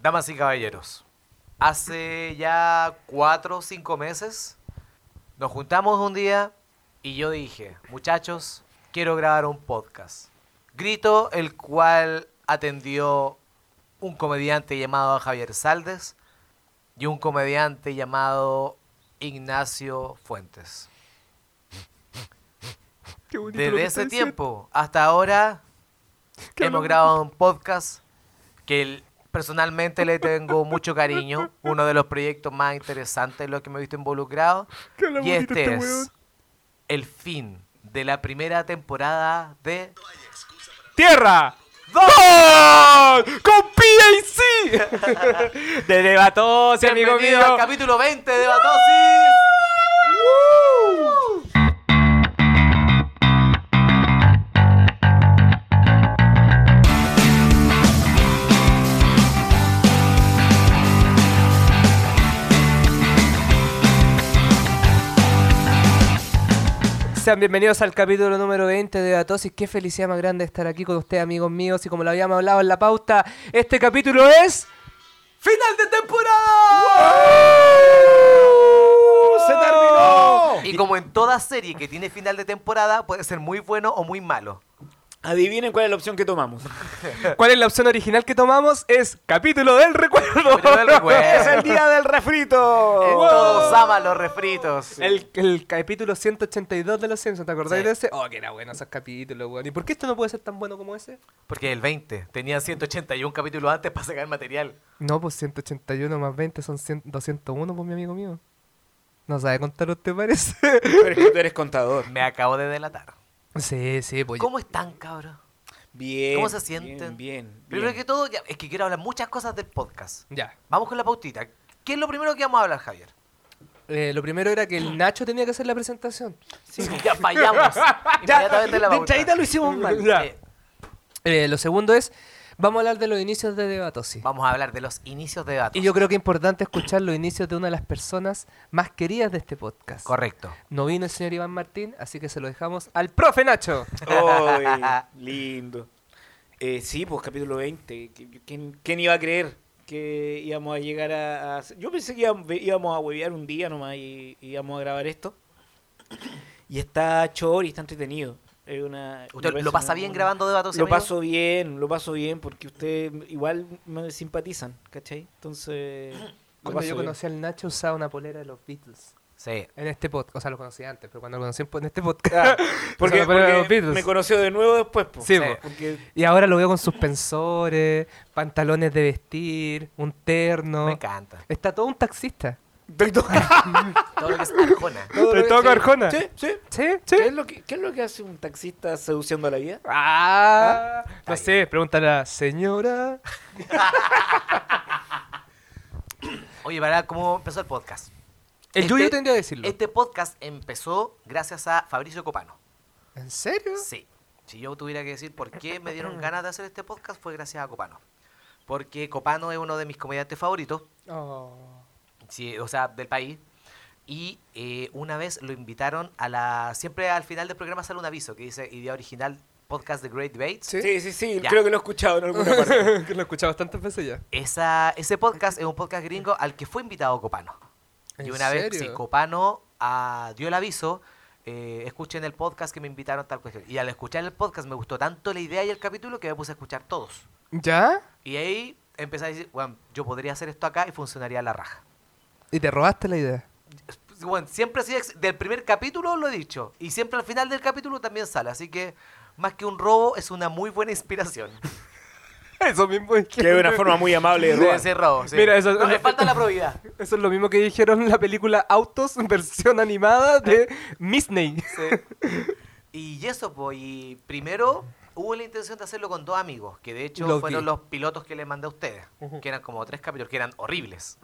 Damas y caballeros, hace ya cuatro o cinco meses nos juntamos un día y yo dije, muchachos, quiero grabar un podcast. Grito el cual atendió un comediante llamado Javier Saldes y un comediante llamado Ignacio Fuentes. Qué bonito lo Desde que ese está diciendo. tiempo hasta ahora Qué hemos loco. grabado un podcast que el- personalmente le tengo mucho cariño, uno de los proyectos más interesantes en los que me he visto involucrado. Qué la Y bonito este este es weón. el fin de la primera temporada de ¡Tierra! ¡Dos! ¡Con PAC! ¡De debatosi, amigo Bienvenido mío! al capítulo 20 de Batosis. Uh. ¡Woo! Sean bienvenidos al capítulo número 20 de Atosis. Qué felicidad más grande estar aquí con ustedes, amigos míos. Y como lo habíamos hablado en la pauta, este capítulo es. ¡Final de temporada! ¡Se terminó! Y como en toda serie que tiene final de temporada, puede ser muy bueno o muy malo. Adivinen cuál es la opción que tomamos. ¿Cuál es la opción original que tomamos? Es capítulo del recuerdo. Pero del ¡Es el recuerdo. día del refrito! Eh, Todos aman los refritos. El, el capítulo 182 de Los Simpsons, ¿te acordáis Sí. de ese? Oh, que era bueno esos capítulos, weón. ¿Y por qué esto no puede ser tan bueno como ese? Porque el 20. Tenía 181 capítulos antes para sacar material. No, pues 181 más 20 son 100 201, pues mi amigo mío. No sabe contar usted, parece. Pero es que tú eres contador. Me acabo de delatar. sí, sí, pues. yo- ¿Cómo están, cabros? Bien. ¿Cómo se bien, sienten? Bien. Primero bien. que todo, ya- es que quiero hablar muchas cosas del podcast. Ya. Vamos con la pautita. ¿Qué es lo primero que vamos a hablar, Javier? Eh, lo primero era que el Nacho tenía que hacer la presentación. Ya fallamos. Inmediatamente la de pauta. entrada lo hicimos mal. Ya. Eh, Eh, lo segundo es, vamos a hablar de los inicios de Debatosi. vamos a hablar de los inicios de datos. Y yo creo que es importante escuchar los inicios de una de las personas más queridas de este podcast. Correcto. No vino el señor Iván Martín, así que se lo dejamos al profe Nacho. Ay, lindo. Eh, sí, pues capítulo 20. ¿Qui- ¿Quién, quién iba a creer que íbamos a llegar a... a- Yo pensé que íbamos, íbamos a huevear un día nomás y y íbamos a grabar esto. Y está chori, está entretenido. Es una, ¿Usted me lo parece pasa una- bien una- grabando debates? Lo paso bien, lo paso bien porque ustedes igual me simpatizan, ¿cachai? Entonces... lo Cuando paso yo bien. conocí al Nacho usaba una polera de los Beatles. Sí. En este podcast, o sea, lo conocí antes, pero cuando lo conocí en po- en este podcast. Ah, porque, Usaba la polera de porque los Beatles. me conoció de nuevo después. po. Sí, Sí. po. Porque Y ahora lo veo con suspensores, pantalones de vestir, un terno. Me encanta. Está todo un taxista. estoy todo- Todo lo que es Arjona. todo lo Estoy que- todo sí. Arjona. Sí, sí. ¿Sí? ¿Sí? ¿Qué es, lo que, ¿Qué es lo que hace un taxista seduciendo a la vida? Ah, bien. no sé, pregúntale a la señora. Oye, ¿verdad? ¿Cómo empezó el podcast? El Este- Yuyo tendría que decirlo. Este podcast empezó gracias a Fabricio Copano. ¿En serio? Sí. Si yo tuviera que decir por qué me dieron ganas de hacer este podcast fue gracias a Copano. Porque Copano es uno de mis comediantes favoritos, Oh. sí, o sea, del país. Y eh, una vez lo invitaron a la... Siempre al final del programa sale un aviso que dice idea original podcast de Great Debates. ¿Sí? Sí, sí, sí, Ya. creo que lo he escuchado en alguna parte. que lo he escuchado bastantes veces ya. Esa, ese podcast es un podcast gringo al que fue invitado Copano. Y ¿En una vez, si serio? Copano ah, dio el aviso, eh, escuchen el podcast que me invitaron tal cuestión. Y al escuchar el podcast me gustó tanto la idea y el capítulo que me puse a escuchar todos. ¿Ya? Y ahí empecé a decir, bueno, yo podría hacer esto acá y funcionaría la raja. Y te robaste la idea. Bueno, siempre así, es- del primer capítulo lo he dicho. Y siempre al final del capítulo también sale. Así que, más que un robo, es una muy buena inspiración. Eso mismo es que es una forma muy amable de Debe robar. ser robo, sí. Mira, eso- No, le falta la probidad. Eso es lo mismo que dijeron en la película Autos, versión animada de Disney. Y eso, pues, y primero hubo la intención de hacerlo con dos amigos, que de hecho Los fueron vi. los pilotos que les mandé a ustedes, Ujú. que eran como tres capítulos, que eran horribles.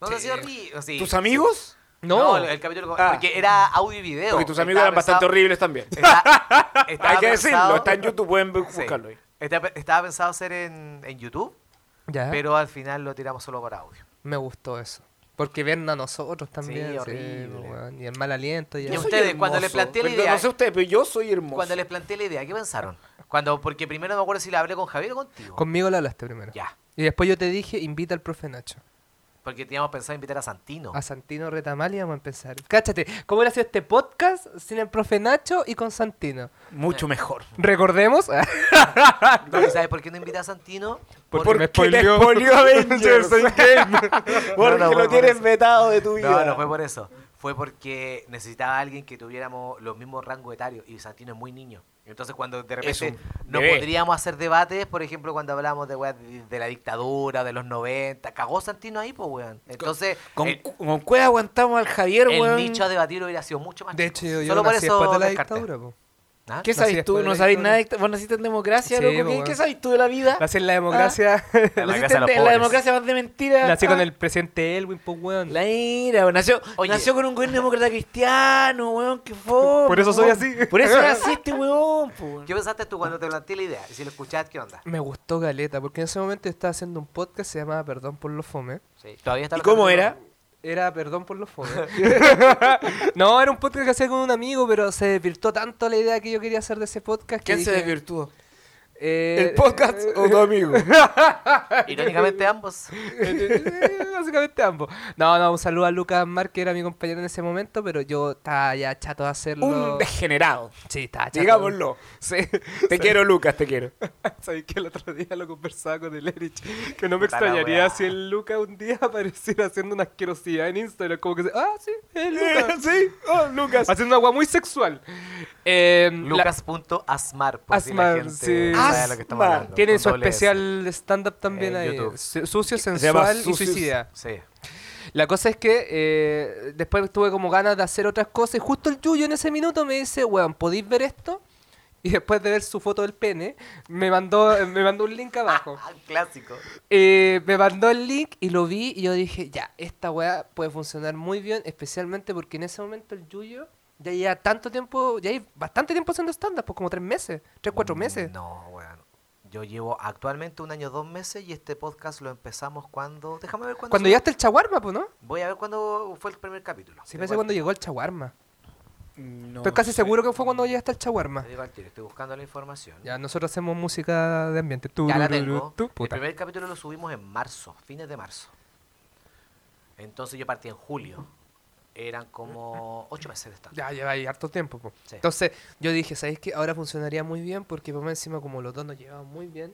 No, no, Sí. sí, horri- sí, ¿Tus sí. amigos? No, No. el, el capítulo con- Ah. porque era audio y video. Porque tus Estaba amigos eran bastante pensado- horribles también. está- estaba Hay que pensado- decirlo, está en YouTube, pueden bu- Sí. buscarlo ahí. Está- estaba pensado hacer en, en YouTube, ¿Ah? Ya. pero al final lo tiramos solo por audio. me gustó eso. Porque ven a nosotros también. sí, pues, horrible. weón, y el mal aliento. Y Yo el- soy- ustedes, cuando le planteé la Perdón, idea- No sé ustedes, pero yo soy hermoso. Cuando les planteé la idea, ¿qué pensaron? Cuando, porque primero no me acuerdo si la hablé con Javier o contigo. Conmigo la hablaste primero. Ya. Y después yo te dije, invita al profe Nacho. Porque teníamos pensado invitar a Santino. Ah, A Santino Retamal y vamos a empezar. Cáchate, ¿cómo hubiera sido este podcast sin el profe Nacho y con Santino? Mucho mejor. Recordemos. No, ¿y ¿Sabes por qué no invita a Santino? Porque Por- me ¿Qué te spoileó. spoileó Avengers Endgame? no, Porque lo bueno, tienes bueno. vetado de tu vida. No, no fue por eso. Fue porque necesitaba a alguien que tuviéramos los mismos rangos etarios. Y Santino es muy niño. Entonces, cuando de Es repente un no bebé. podríamos hacer debates, por ejemplo, cuando hablábamos de, weas de, de la dictadura, de los 90, cagó Santino ahí, pues, weón. Entonces, Con, el, con cueva aguantamos al Javier, el weón. nicho a debatir hubiera sido mucho más De chico. hecho, yo, yo Solo por nací eso después de la descarté. dictadura. po. ¿Ah? ¿Qué Nací sabéis después tú? de ¿No la sabéis dictadura. nada? de- ¿Vos naciste en democracia, Sí, loco? ¿Qué- weón. ¿Qué, sabéis tú de la vida? Nací en la democracia. En la ¿Naciste casa de en los de- en la pobres. democracia más de mentira. Nací con Ah. el presidente Elwin, pues, weón. La ira, weón. Nació, Oye. nació con un gobierno demócrata cristiano, weón. Qué fome, Por eso soy weón. así. Por eso era así este weón, po, weón. ¿Qué pensaste tú cuando te planteé la idea? Y si lo escuchás, ¿qué onda? Me gustó Galeta, porque en ese momento yo estaba haciendo un podcast se llamaba Perdón por los Fome. Sí, ¿Todavía está ¿Y la cómo capítulo? era? Era Perdón por los Fome. no, era un podcast que hacía con un amigo, pero se desvirtó tanto la idea que yo quería hacer de ese podcast que ¿Quién se dije, desvirtuó? eh, ¿El podcast o tu amigo? Irónicamente ambos. Básicamente ambos. No, no, un saludo a Lucas Mar, que era mi compañero en ese momento, pero yo estaba ya chato de hacerlo. Un degenerado. Sí, estaba chato. Digámoslo. Sí. Te quiero, Lucas, te quiero. Sabéis que el otro día lo conversaba con el Erich, que no me Puta la extrañaría weá. si el Luca un día apareciera haciendo una asquerosidad en Instagram, como que se- ah, sí, el Luca. sí, oh, Lucas. haciendo agua muy sexual. Eh, la- Lucas.asmar. por si la Asmar, gente sí. sabe de lo que estamos Asmar. hablando, tienen con su doble S. especial de stand-up también En ahí. YouTube. su- Sucio, llama sensual y Sucios. suicida. Sí. La cosa es que eh, después tuve como ganas de hacer otras cosas y justo el Yuyo en ese minuto me dice, weón, ¿podéis ver esto? Y después de ver su foto del pene, me mandó, me mandó un link abajo. Ah, clásico. Eh, me mandó el link y lo vi y yo dije, ya, esta weá puede funcionar muy bien, especialmente porque en ese momento el Yuyo ya lleva tanto tiempo, ya hay bastante tiempo haciendo stand-up, pues como tres meses, tres, Mm, cuatro meses. No, weón. Yo llevo actualmente un año, dos meses y este podcast lo empezamos cuando. Déjame ver cuándo. Cuando fue. llegaste el chaguarma, pues, ¿no? Voy a ver cuándo fue el primer capítulo. Sí, Te parece cuento. cuando llegó el chaguarma. No Estoy casi sé. seguro que fue cuando llegaste el chaguarma. Te digo al tiro, estoy buscando la información. Ya, nosotros hacemos música de ambiente. Tú, Ya la tengo. tú, El puta. primer capítulo lo subimos en marzo, fines de marzo. Entonces yo partí en julio. Eran como ocho meses de stand. Ya lleva ahí harto tiempo. po. Sí. Entonces, yo dije, ¿sabéis qué? Ahora funcionaría muy bien porque por más encima como los dos nos llevamos muy bien.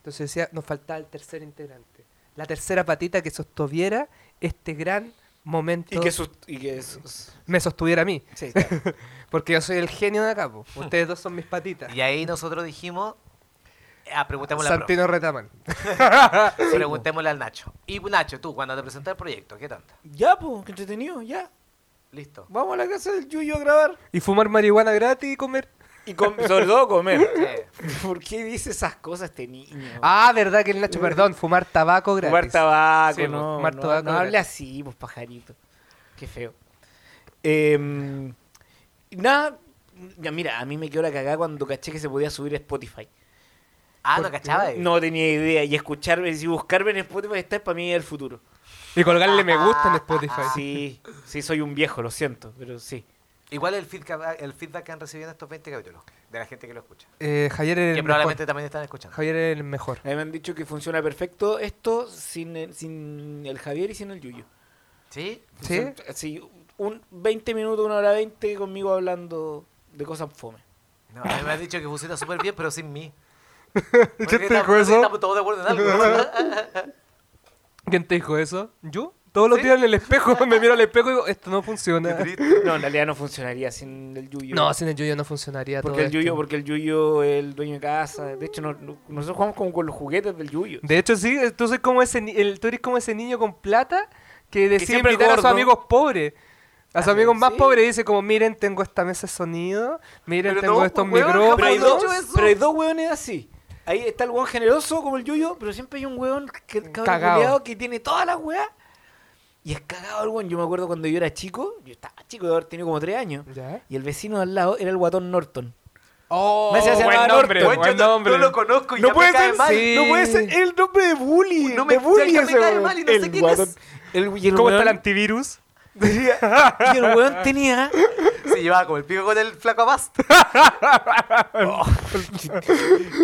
Entonces decía, nos faltaba el tercer integrante. La tercera patita que sostuviera este gran momento. Y que sus... Y que sus- Me sostuviera a mí. Sí, claro. Porque yo soy el genio de acá. po. Ustedes dos son mis patitas. Y ahí nosotros dijimos. Ah, preguntémosle a la profe. Santino Retaman. Preguntémosle al Nacho. Y Nacho, tú, cuando te presenté el proyecto, ¿qué tanta? ya, pues, qué entretenido, ya. Listo. Vamos a la casa del Yuyo a grabar. Y fumar marihuana gratis y comer. Y com- sobre todo comer. Sí. ¿Por qué dice esas cosas este niño? Ah, verdad que el Nacho, perdón, fumar tabaco gratis. Fumar tabaco, Sí, no, fumar no, tabaco no hable gratis. así, pues pajarito. Qué feo. Em, nada, ya mira, a mí me quedó la cagada cuando caché que se podía subir a Spotify. Ah, no cachaba. eh. No tenía idea. Y escucharme, y buscarme en Spotify está para mí el futuro. Y colgarle me gusta Ah, en Spotify. Sí, sí, soy un viejo, lo siento, pero sí. Igual el feedback, el feedback que han recibido en estos 20 capítulos de la gente que lo escucha. Eh, Javier Que es el mejor. probablemente también están escuchando. Javier es el mejor. A mí me han dicho que funciona perfecto esto sin el, sin el Javier y sin el Yuyo. ¿Sí? ¿Sí? Son- así, un 20 minutos, una hora 20 conmigo hablando de cosas fome. No, a mí me han dicho que funciona súper bien, pero sin mí. ¿Qué Porque te estamos- dijo eso? Estamos todos de acuerdo en algo. Ah, ¿Quién te dijo eso? ¿Yo? Todos los días en el espejo, me miro al espejo y digo, esto no funciona. No, en realidad no funcionaría sin el Yuyo. No, sin el Yuyo no funcionaría porque todo el Yuyo, esto. porque el Yuyo es el dueño de casa. De hecho, no- no- nosotros jugamos como con los juguetes del Yuyo. De hecho, sí, tú, soy como ese, ni- el, tú eres como ese niño con plata que decide siempre es invitar a sus gordo. amigos pobres. A sus Ah, amigos más sí. pobres y dice como, miren, tengo esta mesa de sonido, miren, Pero tengo no, estos pues, weón, micrófonos. Pero hay, ¿Cómo dos, has hecho eso? pero hay dos hueones así. Ahí está el hueón generoso como el Yuyo, pero siempre hay un hueón que, cabrón Cagao. culiao que tiene todas las hueas. Y es cagado el hueón. Yo me acuerdo cuando yo era chico, yo estaba chico, de haber tenido como tres años. ¿Ya? Y el vecino de al lado era el guatón Norton. Oh, Me hace llamar buen nombre, Norton. Weón, yo buen nombre. No no lo conozco y No ya puede me cae ser, mal. sí. No puede ser el nombre de bully. No me- de bully ya que me ese cae hueón. mal y no sé El quién es. guatón- el- y el ¿Cómo está el hueón- antivirus? Y el weón tenía Se llevaba como el pico con el flaco Abast.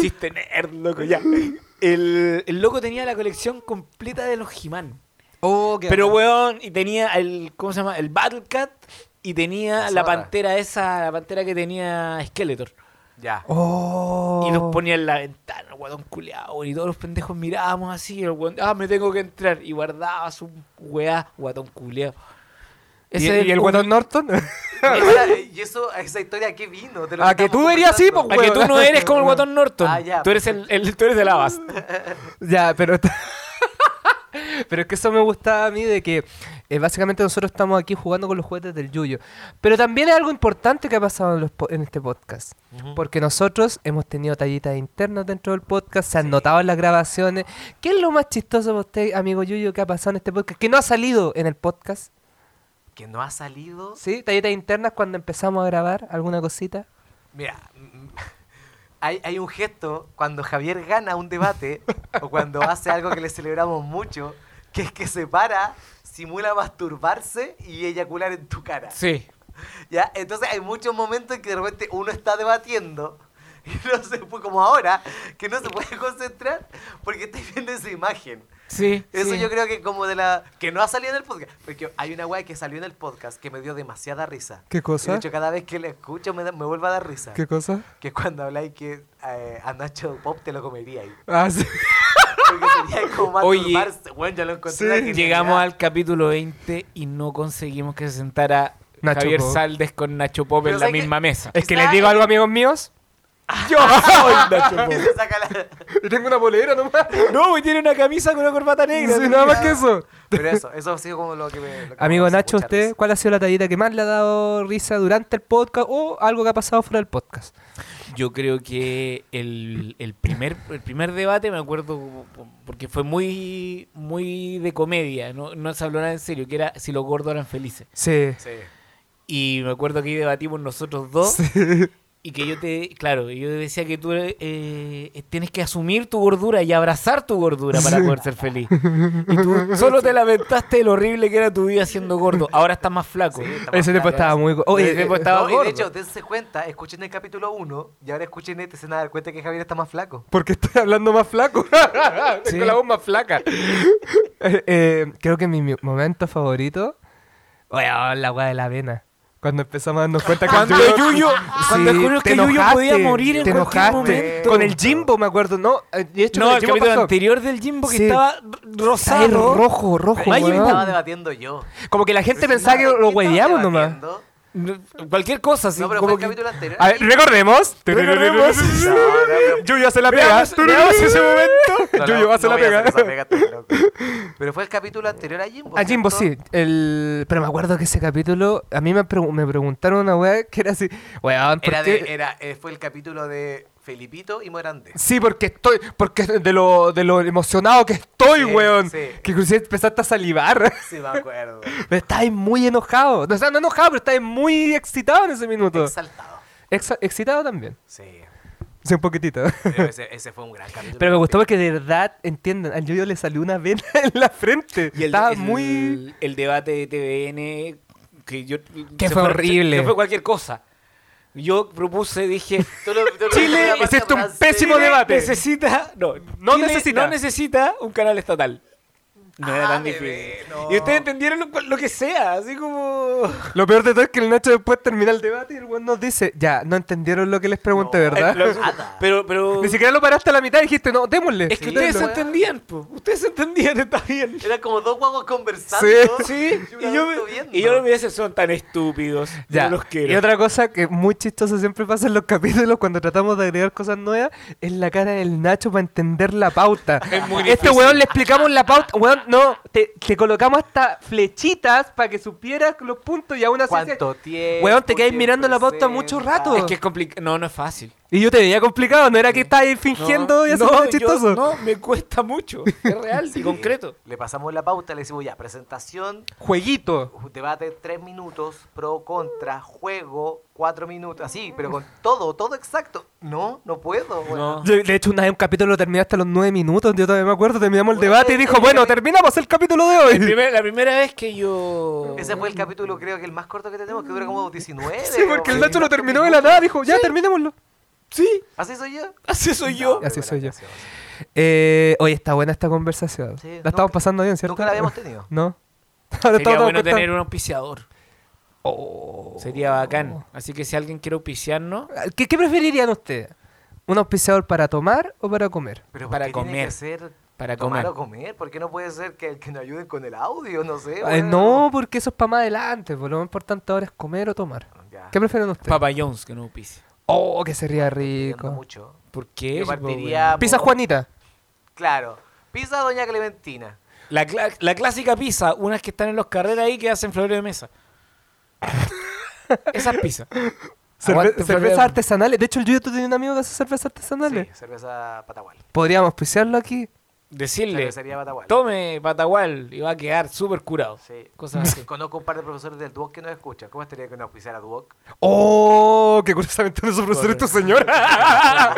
Chiste nerd, loco, ya. El, el loco tenía la colección completa de los He-Man. Oh, qué Pero, bacán. weón, y tenía el, ¿cómo se llama? El Battle Cat y La tenía la, zorra. pantera esa, la pantera que tenía Skeletor. Ya. Oh. Y los ponía en la ventana, weón, culeado, y todos los pendejos mirábamos así, y el weón, ah, me tengo que entrar, y guardaba su weá, guatón culeado. ¿Y, el- y el guatón Norton? Esa- y eso, esa historia, ¿a qué vino? De lo A que estamos tú verías pues, así, conversando. Para que tú no eres como el guatón Norton, Ah, ya, tú, eres el, el- tú eres de lavas. Ya, pero. pero es que eso me gustaba a mí de que eh, básicamente nosotros estamos aquí jugando con los juguetes del Yuyo. Pero también es algo importante que ha pasado en, los po- en este podcast. Porque nosotros hemos tenido tallitas internas dentro del podcast, se han notado en las grabaciones. ¿Qué es lo más chistoso para usted, amigo Yuyo, que ha pasado en este podcast? Que no ha salido en el podcast. Que no ha salido. ¿Sí? Tallitas internas cuando empezamos a grabar alguna cosita. Mira, mm, hay, hay un gesto cuando Javier gana un debate o cuando hace algo que le celebramos mucho, que es que se para, simula masturbarse y eyacular en tu cara. Sí. ¿ya? Entonces hay muchos momentos en que de repente uno está debatiendo y no se puede, como ahora, que no se puede concentrar porque está viendo esa imagen. Sí. Eso sí. yo creo que como de la... que no ha salido en el podcast. Porque hay una weá que salió en el podcast que me dio demasiada risa. ¿Qué cosa? Y De hecho, cada vez que la escucho me, da- me vuelve a dar risa. cosa? Que es cuando habláis que eh, a Nacho Pop te lo comeríais. Ah, sí. Porque sería como Oye. masturbarse. Bueno, yo lo encontré. la genialidad. Llegamos al capítulo 20 y no conseguimos que se sentara Nacho Javier Pop. Saldes con Nacho Pop Pero en la ¿sabes qué? misma mesa. Es que Está- les digo algo, amigos míos. Yo soy Nacho Y Pop. se saca la- Yo tengo una polera nomás. No, y tiene una camisa con una corbata negra. Sí, nada más que eso. Pero eso, eso ha sido como lo que me... lo que Amigo me hace Nacho, mucha ¿usted risa. cuál ha sido la tallita que más le ha dado risa durante el podcast o algo que ha pasado fuera del podcast? Yo creo que el, el primer, el primer debate, me acuerdo, como- porque fue muy, muy de comedia, no, no se habló nada en serio, que era si los gordos eran felices. Sí. Sí. Y me acuerdo que ahí debatimos nosotros dos. Y que yo te, claro, yo decía que tú eh, tienes que asumir tu gordura y abrazar tu gordura para poder ser feliz. Y tú solo te lamentaste de lo horrible que era tu vida siendo gordo. Ahora estás más flaco. Sí, está Ese más tiempo claro estaba eso. muy... go- Ese Oye, tiempo eh, estaba No, y de gordo. hecho, dense cuenta, escuchen el capítulo 1 y ahora escuchen este, se van a dar cuenta que Javier está más flaco. porque eh, estoy hablando más flaco. Sí. Tengo la voz más flaca. Eh, eh, creo que mi mi momento favorito... Oye, oh, la agua de la avena. Cuando empezamos a darnos cuenta que Cuando el Yuyo- Yuyo, cuando Sí, descubrió te que Yuyo podía enojaste, morir en te cualquier enojaste. momento. Con el Jimbo, me acuerdo, ¿no? Eh, De hecho, No, con el Jimbo capítulo pasó. anterior del Jimbo que Sí. estaba r- Está ahí rosado. rojo, rojo, Ahí weón. estaba debatiendo yo. Como que la gente Este pensaba que No, lo ¿qué estaba hueveamos nomás. debatiendo? Cualquier cosa, así No, pero fue como el que- capítulo anterior. A ver, recordemos. Recordemos. Yuyo hace la pega. Veamos- veamos ese momento. No, no, Yuyo hace no la voy a hacer pega. esa pega tan loco. Pero fue el capítulo anterior a Jimbo. A Ah, Jimbo sí, ¿cierto? el... pero me acuerdo que ese capítulo, a mí me, pregu- me preguntaron una weá que era así, weón, ¿por Era qué? de, era, eh, fue el capítulo de Felipito y Morante. Sí, porque estoy, porque de lo, de lo emocionado que estoy, Sí, weón, sí. que inclusive empezaste a salivar, Sí, me acuerdo. pero estabas muy enojado, o sea, no enojado, pero estabas muy excitado en ese minuto, Exaltado. Exa- excitado también, Sí. sí, un poquitito. Pero ese, ese fue un gran capítulo. Pero me gustó porque de verdad, entiendan, al Yoyo le salió una vena en la frente. Y el, Estaba el- muy... el debate de TVN, que yo... Que se fue horrible. se fue cualquier cosa. Yo propuse, dije... Tú lo- tú lo- Chile, tú lo- hiciste un Francés. pésimo Chile debate. Necesita... No, No Chile necesita. No necesita un canal estatal. No era Ah, tan difícil. bebé, no. Y ustedes entendieron lo, lo que sea, así como... Lo peor de todo es que el Nacho después termina el debate y el weón nos dice, ya, no entendieron lo que les pregunté, No, ¿verdad? Eh, Lo- Nada. Pero, pero... Ni siquiera lo paraste a la mitad y dijiste, no, démosle. Es que Sí, ustedes se weón. entendían, po. Ustedes se entendían, está bien. Era como dos guagos conversando. Sí, un y yo, adulto me- viendo. y yo lo miré, son tan estúpidos. Ya. No los quiero. Y otra cosa que muy chistosa siempre pasa en los capítulos cuando tratamos de agregar cosas nuevas es la cara del Nacho para entender la pauta. Es muy este difícil. weón le explicamos la pauta. Weón, no, te, te colocamos hasta flechitas para que supieras los puntos y aún así. ¿Cuánto tiempo? Weón, te quedáis ¿Quién mirando la presenta? pauta mucho rato. Es que es complicado. No, no es fácil. Y yo te veía complicado, no era que estabas ahí fingiendo y haciendo yo- chistoso. no, me cuesta mucho. Es real y concreto. Le pasamos la pauta, le decimos ya, presentación, Jueguito. debate tres minutos, pro, contra, juego, cuatro minutos, así, pero con todo, todo exacto. No, no puedo. weón. No. Yo, de hecho, una vez un capítulo lo terminé hasta los nueve minutos, yo todavía me acuerdo, terminamos el Bueno, debate y eh, dijo, eh, bueno, eh, terminamos el capítulo de hoy. La primera- la primera vez que yo. Ese fue el capítulo, creo que el más corto que tenemos, que dura como 19. Mm. Sí, porque el weón. Nacho lo terminó de la nada, dijo, ya, terminémoslo. Sí, Así soy yo. así soy No, yo. muy Así buena soy yo. canción. Eh, oye, está buena esta conversación. Sí, la nunca- estamos pasando bien, ¿cierto? Nunca la habíamos tenido. No. Ahora Sería estamos bueno contando- Oh. tener un auspiciador. Sería bacán. Así que si alguien quiere auspiciarnos, ¿Qué, qué preferirían ustedes? ¿Un auspiciador para tomar o para comer? Pero Para para comer. Tiene comer. que ser Para tomar comer. o comer? ¿Por qué no puede ser que, que nos ayuden con el audio? No sé. Ay, weón. Eh, no, porque eso es para más adelante. Por lo más importante ahora es comer o tomar. Ya. ¿Qué prefieren ustedes? Papa Jones que no auspicia. Oh, que sería Pidiendo rico. pues, mucho. ¿Por qué? Yo po, weón? partiría- Pizza Juanita. Claro. Pizza Doña Clementina. La, cla- la clásica pizza, unas que están en los carreras ahí que hacen flores de mesa. Esas pizzas. Cerve- Aguante, cervezas Florian. artesanales. De hecho, el Yuyo tú tienes un amigo que hace cervezas artesanales. Sí, cerveza Patagual. Podríamos auspiciarlo aquí. Decirle, Cervecería Patagual. tome Patagual y va a quedar súper curado. Sí. Cosas así. Conozco un par de profesores del Duoc que nos escuchan. ¿Cómo estaría que nos auspiciara Duoc? Oh, que curiosamente uno de sus profesores es tu señora.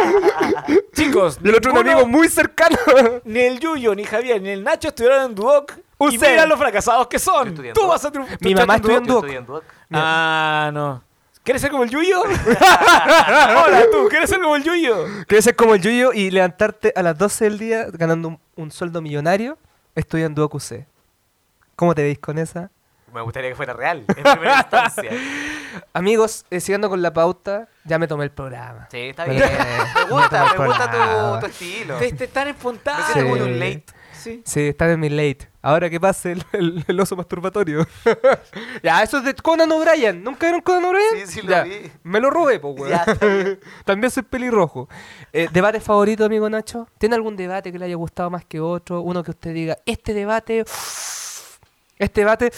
Chicos, y el otro un ninguno- amigo muy cercano. Ni el Yuyo, ni Javier, ni el Nacho estuvieron en Duoc. Un y cero. mira los fracasados que Yo son. estudié en Tú Duoc. vas a triunfar. Mi mamá estudió Ah, en Yo Duoc. estudié en Duoc. Ah, no. ¿Quieres ser como el Yuyo? Hola, tú, ¿quieres ser como el Yuyo? Quieres ser como el Yuyo y levantarte a las 12 del día ganando un, un sueldo millonario estudiando UQC. ¿Cómo te veis con esa? Me gustaría que fuera real, en primera instancia. Amigos, eh, siguiendo con la pauta, ya me tomé el programa. Sí, está Me- bien. me Me gusta, me tomé el gusta programa. tu, tu estilo. Te, te están espontáneo. Me siento como en Sí. un late. Sí. Sí, está en mi late. Ahora que pase el, el- el oso masturbatorio. ya, eso es de Conan O'Brien. ¿Nunca vieron Conan O'Brien? Sí, sí lo Ya, vi. Me lo robé, po, weón. Ya, está bien. También soy pelirrojo. Eh, ¿Debate favorito, amigo Nacho? ¿Tiene algún debate que le haya gustado más que otro? Uno que usted diga, este debate... Este debate...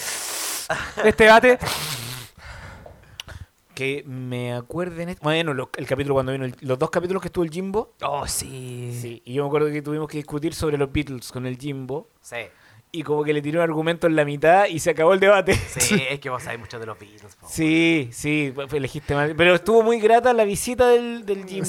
Este debate... Que me acuerden. est- Bueno, lo- el capítulo cuando vino, el- los dos capítulos que estuvo el Jimbo. Oh, sí. Sí. Y yo me acuerdo que tuvimos que discutir sobre los Beatles con el Jimbo. Sí, Y como que le tiró un argumento en la mitad y se acabó el debate. sí, es que vos sabés mucho de los Beatles. po. Sí, sí, pues, elegiste mal. Pero estuvo muy grata la visita del, del Jimbo.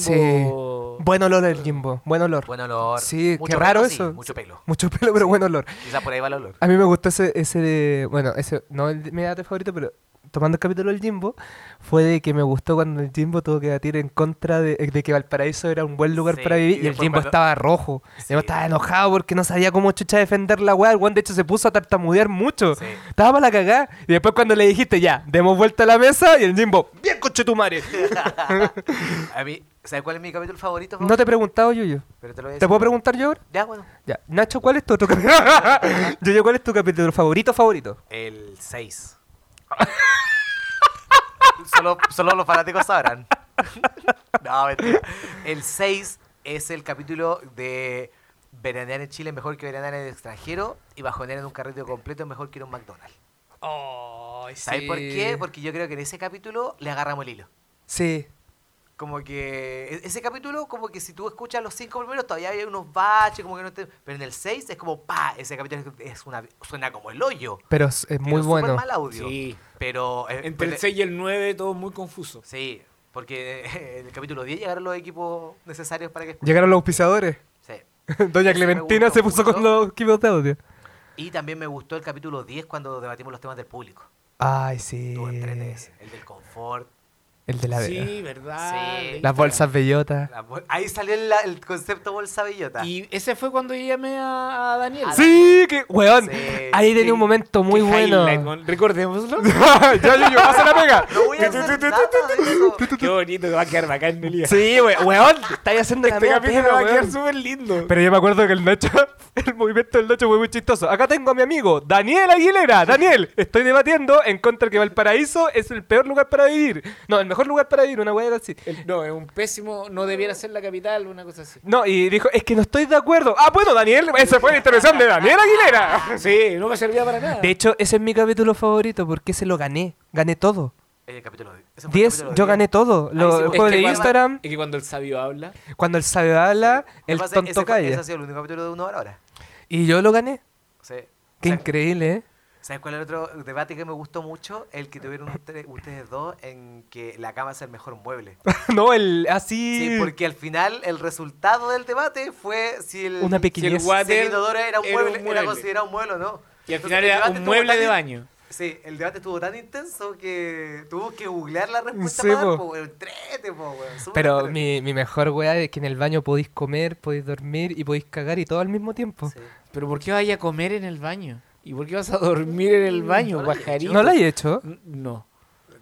Sí. Buen olor el Jimbo. Buen olor. Buen olor. Sí, Mucho qué raro pelo, sí, eso. mucho pelo. Mucho pelo, pero buen olor. Quizá por ahí va el olor. A mí me gustó ese, ese de. Bueno, ese no el de- mi debate favorito, pero tomando el capítulo del Jimbo, fue de que me gustó cuando el Jimbo tuvo que batir en contra de, de que Valparaíso era un buen lugar Sí, para y vivir y, el después Jimbo cuando- estaba rojo. Sí. Además, estaba enojado porque no sabía cómo chucha defender la weá. El weón, de hecho, se puso a tartamudear mucho. Sí. Estaba para la cagada. Y después, cuando le dijiste, ya, demos vuelta a la mesa, y el Jimbo, ¡bien, coche tu madre! A mí, ¿sabes cuál es mi capítulo favorito? no te he preguntado, Yuyo. Pero te lo voy a ¿Te decir. puedo preguntar yo ahora? Ya, bueno. Ya. Nacho, ¿cuál es tu otro capítulo? Yuyo, ¿cuál es tu capítulo favorito favorito? El 6. solo, solo los fanáticos sabrán. no, mentira. El 6 es el capítulo de veranear en Chile es mejor que veranear en el extranjero y bajonear en un carrito completo es mejor que ir a un McDonald's. ¿Sabes por qué? Porque yo creo que en ese capítulo le agarramos el hilo. Sí. Como que e- ese capítulo, como que si tú escuchas los cinco primeros, todavía hay unos baches, como que no te... Pero en el 6 es como, pa, ese capítulo es es una, suena como el hoyo. Pero es, es muy Tiene un bueno. súper mal audio. Sí. Pero... eh, Entre pero- el 6 y el 9, todo muy confuso. Sí, porque eh, en el capítulo 10 llegaron los equipos necesarios para que escuchen. Llegaron los auspiciadores. Sí. Doña Ese me Clementina gustó se puso con mucho. los equipos de audio. Y también me gustó el capítulo 10 cuando debatimos los temas del público. Ay, sí. Tuvo entrete ese, el del confort. El de la sí, verdad. Sí. Las bolsas bellotas. la bol- Ahí salió la- el concepto bolsa bellota. Y ese fue cuando yo llamé a, a Daniel. Sí, que weón. Sí. Ahí Qué- tenía un momento muy qué bueno. highlight, weón. Recordémoslo. ya, yo, yo, pasa la pega. No voy a hacer nada de eso. qué bonito que va a quedar bacán, Delia. Sí, we- weón. Estáis haciendo la Este mega capítulo pega, va a quedar weón. súper lindo. Pero yo me acuerdo que el Nacho, el movimiento del Nacho fue muy chistoso. Acá tengo a mi amigo, Daniel Aguilera. Daniel, estoy debatiendo en contra que Valparaíso es el peor lugar para vivir. No, el mejor lugar para vivir, una weá así. El- no, es un pésimo. No debiera ser la capital, una cosa así. No, y dijo, es que no estoy de acuerdo. Ah, bueno, Daniel, esa fue la intervención de Daniel Aguilera. Sí, no me servía para nada. De hecho, ese es mi capítulo favorito porque se lo gané. Gané todo. Eh, El capítulo de- ese fue el 10, capítulo yo 10. gané todo. Lo, sí, el pues, juego es de que cuando- Instagram, Es que cuando el sabio habla, cuando el sabio habla, Lo que el pasa es que ese tonto fue- Ese calla. ha sido el único capítulo de una hora ahora. Y yo lo gané. O sea, Qué ¿sabes- increíble, ¿eh? ¿Sabes cuál es el otro debate que me gustó mucho? El que tuvieron ustedes, ustedes dos en que la cama es el mejor mueble. no, el así. Sí, porque al final el resultado del debate fue si el, Una si pequeñez. si el guate- el inodoro era un Era mueble, un mueble. era considerado un mueble o no. Y al Entonces, final el era debate un estuvo mueble tan de in- baño. Sí, el debate estuvo tan intenso que tuvo que googlear la respuesta Sí, para po. dar, po, weón. Trete, po, weón. Súper Pero entrete. mi, mi mejor weá es que en el baño podéis comer, podéis dormir y podéis cagar y todo al mismo tiempo. Sí. Pero ¿por qué vaya a comer en el baño? ¿Y por qué vas a dormir en el baño, Mm, No lo he pajarito? ¿No lo hay hecho? N- No.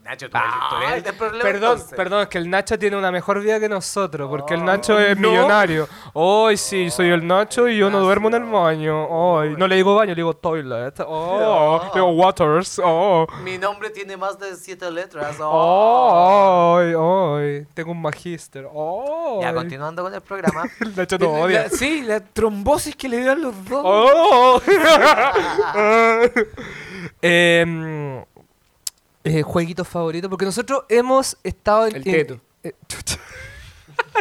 Nacho, tú eres- tú eres el del problema, Perdón, entonces. perdón, es que el Nacho tiene una mejor vida que nosotros, porque el Oh, Nacho es ¿no? millonario. Hoy sí, soy el Nacho y yo no duermo en el baño. Ay, no le digo baño, le digo toilet. Oh, No. le digo waters. Oh, Mi nombre tiene más de siete letras. Oh. oh, ay, ay, tengo un magíster. Oh, Ya, continuando con el programa. el Nacho te odia. La- sí, la trombosis que le dio a los dos. Oh. Em, eh, jueguitos favoritos, porque nosotros hemos estado en. El en- teto. eh, chucha.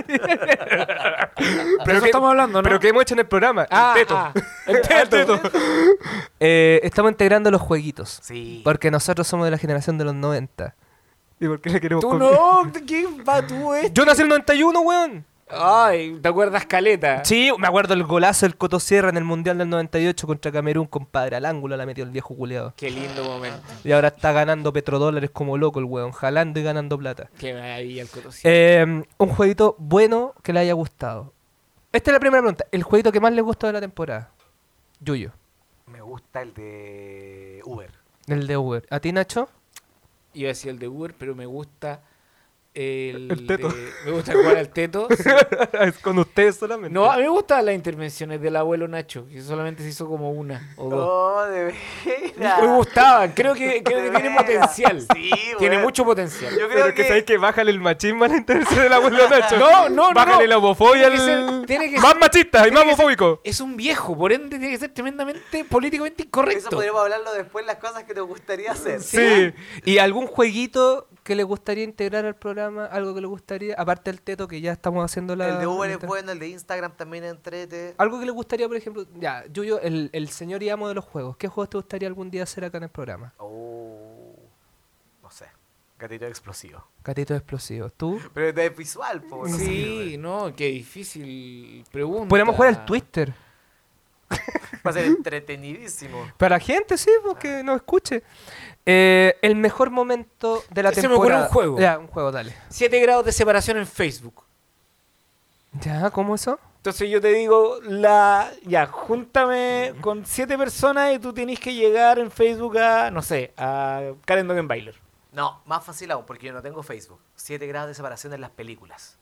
Pero eso que- estamos hablando, ¿no? Pero que hemos hecho en el programa. Ah, el teto. ah, el teto. Eh, estamos integrando los jueguitos. Sí. Porque nosotros somos de la generación de los 90. ¿Y por qué le queremos Tú copiar? no, ¿qué va tú esto? Yo nací en el 91, weón. Ay, ¿te acuerdas Caleta? Sí, me acuerdo el golazo del Coto Sierra en el Mundial del 98 contra Camerún, compadre. Al ángulo la metió el viejo culeado. Qué lindo momento. Y ahora está ganando petrodólares como loco el weón, jalando y ganando plata. Qué maravilla el Cotosí. Eh, un jueguito bueno que le haya gustado. Esta es la primera pregunta. ¿El jueguito que más le gustó de la temporada? Yuyo, Me gusta el de Uber. el de Uber. ¿A ti, Nacho? Iba a decir el de Uber, pero me gusta el, El teto. de- me gusta jugar al teto. sí. es con ustedes solamente. No, a mí me gustan las intervenciones del abuelo Nacho, que solamente se hizo como una o dos. Oh, de veras. Me gustaban, creo que, creo De que tiene veras. potencial. Sí, Tiene weón. mucho potencial. Yo creo que, que bájale el machismo a la intervención del abuelo Nacho. No, no, no. homofobia Tiene que ser- tiene que ser- machista y más homofóbico. Es un viejo, por ende tiene que ser tremendamente políticamente eso incorrecto. podríamos hablarlo después, las cosas que te gustaría hacer. Sí. ¿Y algún jueguito que le gustaría integrar al programa? ¿Algo que le gustaría? Aparte del teto que ya estamos haciendo la... El de Uber es la- bueno, el de Instagram también es entrete. Ah. Algo que le gustaría, por ejemplo, ya, Yuyo, el, el señor y amo de los juegos. ¿Qué juegos te gustaría algún día hacer acá en el programa? Oh, no sé. Gatito explosivo. Gatitos explosivos. ¿Tú? Pero es visual, po. no sé, Sí, weón. no, qué difícil pregunta. Podríamos jugar al Twister. Va a ser entretenidísimo. Para la gente, sí, porque nos escuche. Eh, el mejor momento de la Se me ocurre temporada. un juego. Ya, un juego, dale. 7 grados de separación en Facebook. Ya, ¿cómo eso? Entonces yo te digo, la ya, júntame con siete personas y tú tenés que llegar en Facebook a, no sé, a Karen Dogenbailer. No, más fácil aún, porque yo no tengo Facebook. Siete grados de separación en las películas.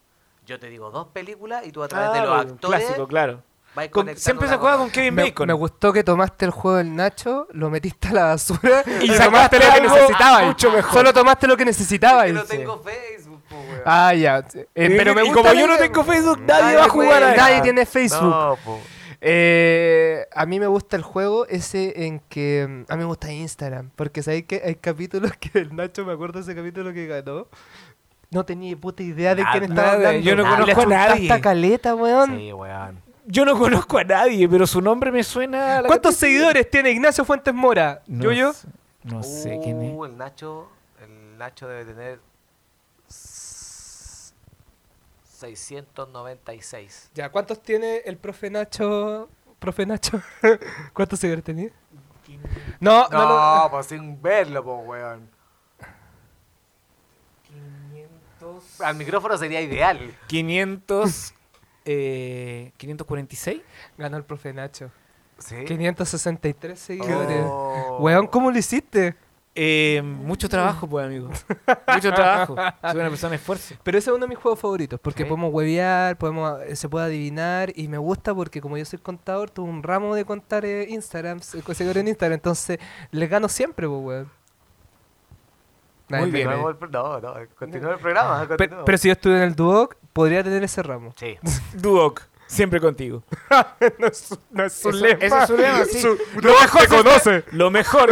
Yo te digo dos películas y tú a través de los Ah, un actores Clásico, claro. vais Con- conectando siempre se la juega cosa. con Kevin Me, Bacon. me gustó que tomaste el juego del Nacho, lo metiste a la basura y tomaste sacaste lo que algo necesitabas. mucho mejor. Solo tomaste lo que Es necesitabas. que no dice. tengo Facebook, po, weón. Ah, ya. Eh, pero me y gusta como la yo no idea. tengo Facebook, nadie, va a jugar a puede, eso. Nadie tiene Facebook. No, po. Eh, a mí me gusta el juego ese en que... mm, A mí me gusta Instagram, porque sabéis que hay capítulos que el Nacho, me acuerdo ese capítulo que ganó, no tenía puta idea de quién Nada, estaba hablando. yo no Ah, conozco a le nadie. esta caleta, weón. Sí, weón. Yo no conozco a nadie, pero su nombre me suena a la ¿Cuántos gente- seguidores tiene Ignacio Fuentes Mora? No yo, yo. sé, No sé quién es. Uh, el Nacho, el Nacho debe tener s- 696. Ya, ¿cuántos tiene el profe Nacho? Profe Nacho, ¿cuántos seguidores tenía? No, no, No, lo- pues sin verlo, po, weón. Al micrófono sería ideal. 500 eh, 546. ganó el profe Nacho. ¿Sí? 563 seguidores. Oh. Weón, ¿cómo lo hiciste? Eh, mucho trabajo, pues, amigo. Mucho trabajo. Soy una persona de esfuerzo. Pero ese es uno de mis juegos favoritos, porque Sí. podemos huevear, podemos, eh, se puede adivinar, y me gusta porque como yo soy contador, tuve un ramo de contar eh, Instagram, se- con seguidores en Instagram, entonces les gano siempre, pues, weón. Nadie Muy me bien, eh. cree. Nuevo el pro- No, no, continúa el programa. Pe- continúa. Pero, si yo estuve en el Duoc, podría tener ese ramo. Sí. Duoc. Siempre contigo. no es, no es su Eso- lema. ese es su lema, sí. Su- Lo Duoc mejor te se conoce. Lo mejor.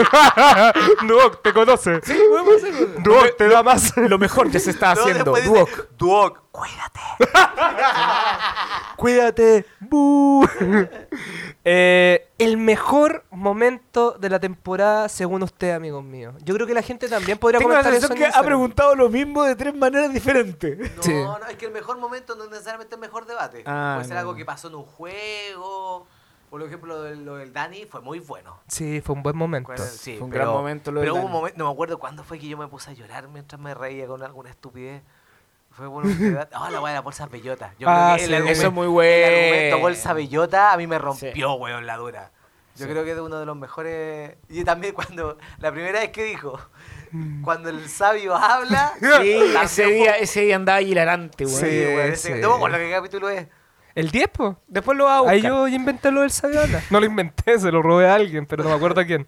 Duoc te conoce. Duoc te da más. Lo mejor ya se está No, haciendo. después dice, Duoc. Duoc, cuídate. Cuídate. Bu. Eh, El mejor momento de la temporada, según usted, amigos míos. Yo creo que la gente también podría Tengo la comentar eso sensación en que ha Instagram. preguntado lo mismo de tres maneras diferentes. No, Sí. no, es que el mejor momento no es necesariamente el mejor debate. Ah, Puede ser no. algo que pasó en un juego. Por ejemplo, lo del, lo del Dani fue muy bueno. Sí, fue un buen momento. Recuerda- Sí, fue un pero- gran momento lo del Pero hubo un Dani. momento, no me acuerdo cuándo fue que yo me puse a llorar mientras me reía con alguna estupidez. Fue por un debate. Ah, la weá de la bolsa bellota. Yo Ah, creo que sí, el argumento, eso es muy bueno. El argumento bolsa bellota a mí me rompió, Sí. weón, la dura. Yo creo que es uno de los mejores. Y también cuando. La primera vez que dijo. Cuando el sabio habla. Mm. Sí, la- ese día, ese día andaba hilarante, güey. Sí, weón, Sí, ese- sí. No me acuerdo qué capítulo es. ¿El 10, po? Después lo vas a buscar. Ahí yo inventé lo del sabio habla. no lo inventé, se lo robé a alguien, pero no me acuerdo a quién.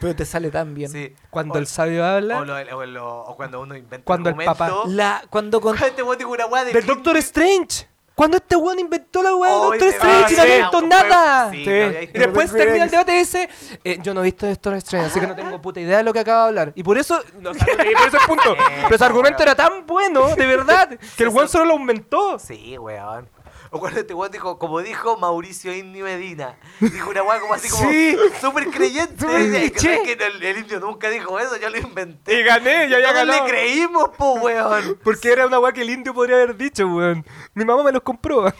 Pero te sale tan bien. Sí. Cuando O- el sabio habla. o, lo- o lo- o cuando uno inventa Cuando el argumento. papá- La, cuando con... Este weón dijo una weá de Del Hitler. Doctor Strange. Cuando este weón inventó la weá del Oh, Doctor y- Strange ah, y no sí. ha visto nada. Sí, no, Sí. y ahí- Y después Pero termina el Doctor debate y dice, eh, yo no he visto Doctor Strange, así que no tengo puta idea de lo que acaba de hablar. Y por eso, no, o sea, no leí por ese punto. Eh, Pero ese argumento era tan bueno, de verdad, que el weón solo lo aumentó. Sí, weón. O cuando este weón dijo, como dijo Mauricio Indio Medina, dijo una weá como así como Sí. súper creyente. Súper Y que- cliché. que el, el indio nunca dijo eso, yo lo inventé. Y gané, ya había Todos ganado. le creímos, po, weón. Porque era una weá que el indio podría haber dicho, weón. Mi mamá me los compró.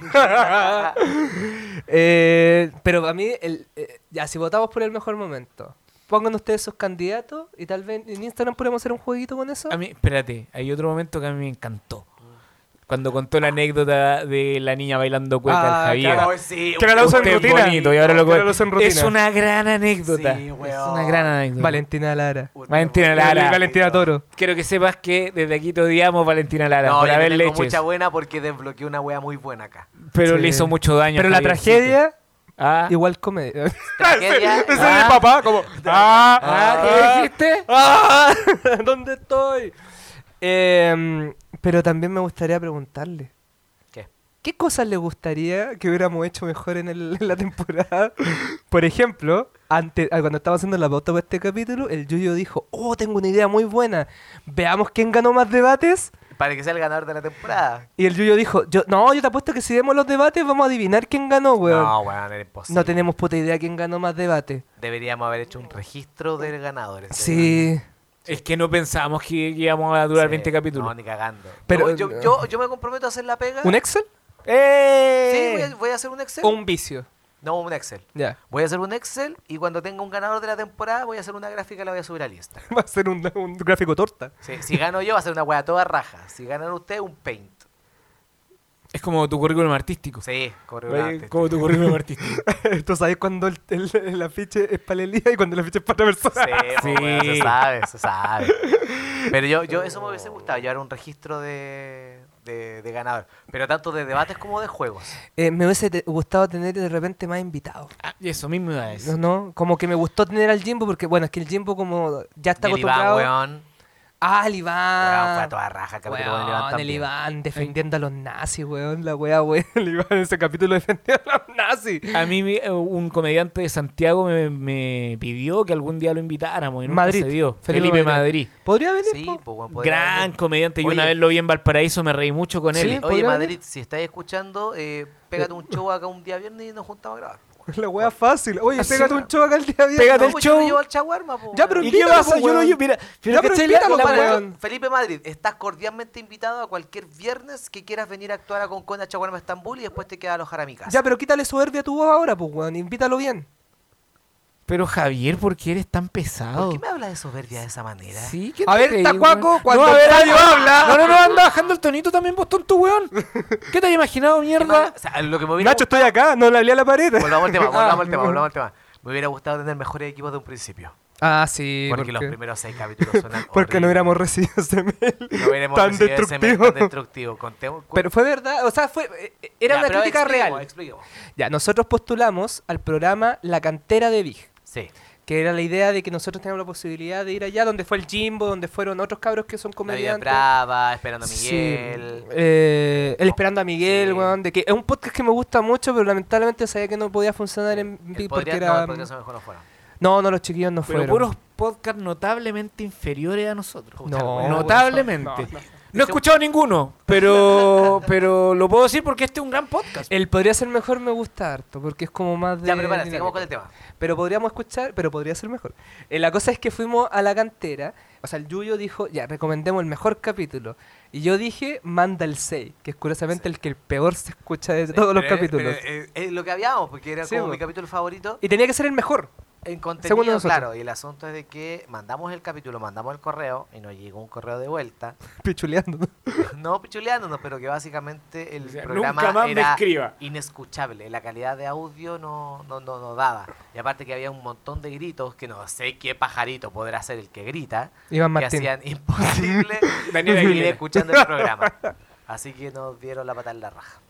Eh, pero a mí, el, eh, ya, si votamos por el mejor momento, pongan ustedes sus candidatos y tal vez en Instagram podemos hacer un jueguito con eso. A mí, espérate, hay otro momento que a mí me encantó. Cuando contó la anécdota de la niña bailando cueca Ah, al Javier. No, sí, Que era la usa Usted en es rutina. bonito, y ahora lo Que ahora cu- lo usa en rutina. Es una gran anécdota. Sí, es weón. una gran anécdota. Valentina Lara. weón. Valentina Lara. Valentina Toro. Quiero que sepas que desde aquí te odiamos Valentina Lara No, por yo haber le tengo leches. mucha buena porque desbloqueé una weá muy buena acá. Pero Sí. le hizo mucho daño. Pero la Javiercito. tragedia, Ah, igual comedia. ese Tragedia. ese Ah. de papá, como. Ah, ah, ¿qué ah, dijiste? ¡Ah! ¿Dónde estoy? Em, pero también me gustaría preguntarle. ¿Qué? ¿Qué cosas le gustaría que hubiéramos hecho mejor en, el- en la temporada? Por ejemplo, ante- ah, cuando estaba haciendo la pauta para este capítulo, el Yuyo dijo, oh, tengo una idea muy buena. Veamos quién ganó más debates. Para que sea el ganador de la temporada. Y el Yuyo dijo, yo, no, yo te apuesto que si vemos los debates vamos a adivinar quién ganó, weón. No, weón, era imposible. No tenemos puta idea quién ganó más debates. Deberíamos haber hecho un registro de ganadores. Sí. Es que no pensábamos que íbamos a durar Sí, 20 No, capítulos. ni cagando. Pero- Pero yo, yo, yo, yo me comprometo a hacer la pega. ¿Un Excel? Sí, voy ¡Eh! a, voy a hacer un Excel. ¿O un vicio? No, un Excel. Ya. Voy a hacer un Excel y cuando tenga un ganador de la temporada voy a hacer una gráfica y la voy a subir al Instagram. Va a ser un, un gráfico torta. Sí, si gano yo va a ser una weá toda raja. Si ganan ustedes, un paint. Es como tu currículum artístico. Sí, Oye, corre Como tu currículum artístico. Tú sabes cuando el, el- el afiche es para Elías y cuando el afiche es para otra persona. Sí, po, weón, se Sí. sabe, se sabe. Pero yo, yo eso me hubiese gustado, llevar un registro de, de, de ganador. Pero tanto de debates como de juegos. Eh, me hubiese te- gustado tener de repente más invitados. Ah, y eso mismo iba a decir. No, no, como que me gustó tener al Jimbo porque, bueno, es que el Jimbo como ya está Del Iván, acostumbrado. weón. Ah, el Weón, Iván. fue a toda raja el capítulo con el Iván Weón, el también. Iván defendiendo a los nazis, weón. La wea, weón. El Iván en ese capítulo defendió a los nazis. A mí mi- eh, un comediante de Santiago me, me pidió que algún día lo invitáramos y nunca Madrid. se dio. Felipe Felipe Madrid. Madrid. ¿Podría venir? Sí, po? po, weón, podría Gran haber- comediante. Yo Oye. una vez lo vi en Valparaíso, me reí mucho con Sí. él. Oye, podría Madrid, si estáis escuchando, eh, pégate un show acá un día viernes y nos juntamos a grabar. po. La wea fácil. Oye, Así- pégate un show acá el día viernes. Pégate No, el pues yo show. lo llevo al chaguarma, po, Ya, weón. pero ¿Y qué pasa? invítalo, Yo no, weón. yo, mira, pero Ya, pero ¿cachai la- invítalo, la compadre. weá? weón. Felipe Madrid, estás cordialmente invitado a cualquier viernes que quieras venir a actuar a Concona, Chaguarma, Estambul y después te queda a alojar a mi casa. Ya, pero quítale soberbia a tu voz ahora, pues, weón. Invítalo bien. Pero Javier, ¿por qué eres tan pesado? ¿Por qué me hablas de soberbia de esa manera? Sí, ¿qué A te ver, creí, Tacuaco, weón? cuando No, a ver, Fabio anda- habla- No, no, no, anda bajando el tonito también vos tonto, weón. ¿Qué te has imaginado, ¿Qué más- mierda? o sea, lo que me hubiera Nacho, estoy acá, no le hablé a la pared. gustado- Volvamos al tema, volvamos al tema, Ah. volvamos al tema. Me hubiera gustado tener mejores equipos de un principio. Ah, sí. Porque, los primeros seis capítulos suenan Porque no horribles. hubiéramos recibido ese mail No hubiéramos tan recibido ese mail destructivo. tan destructivo. Contemos- Pero fue verdad, o sea, fue, eh, eh, era Ya, una pero crítica expliquemos, real. expliquemos. Ya, nosotros postulamos al programa La Cantera de Big, Sí. Que era la idea de que nosotros teníamos la posibilidad de ir allá donde fue el Jimbo, donde fueron otros cabros que son La vida es comediantes. brava, esperando a Sí. Miguel. Eh, el Esperando a Miguel, Sí. weón, de que es un podcast que me gusta mucho, pero lamentablemente sabía que no podía funcionar en El vivo porque Eh, podría- era... no, podría ser mejor no fuera. No, no, los chiquillos no Pero fueron. puros podcasts notablemente inferiores a nosotros. No, Puta, notablemente. no, no. No he escuchado ninguno, pero, pero lo puedo decir porque este es un gran podcast. El podría ser mejor me gusta harto, porque es como más de... Ya, pero para, dinámica. sigamos con el tema. Pero podríamos escuchar, pero podría ser mejor. Eh, la cosa es que fuimos a la cantera, o sea, el Yuyo dijo, ya, recomendemos el mejor capítulo. Y yo dije, manda el 6, que es curiosamente el que el peor se escucha de todos los Pero, eh, capítulos. pero, eh, es lo que habíamos, porque era Sí, como po. mi capítulo favorito. y tenía que ser el mejor. En Según contenido, nosotros. claro. Y el asunto es de que mandamos el capítulo, mandamos el correo y nos llegó un correo de vuelta. Pichuleando. no pichuleándonos, pero que básicamente el O sea, programa nunca más me era escriba. inescuchable. La calidad de audio no, no, no, no daba. Y aparte que había un montón de gritos que no sé qué pajarito podrá ser el que grita. Iván que Martín. hacían imposible Daniel seguir Aguilera. escuchando el programa. Así que nos dieron la patada en la raja.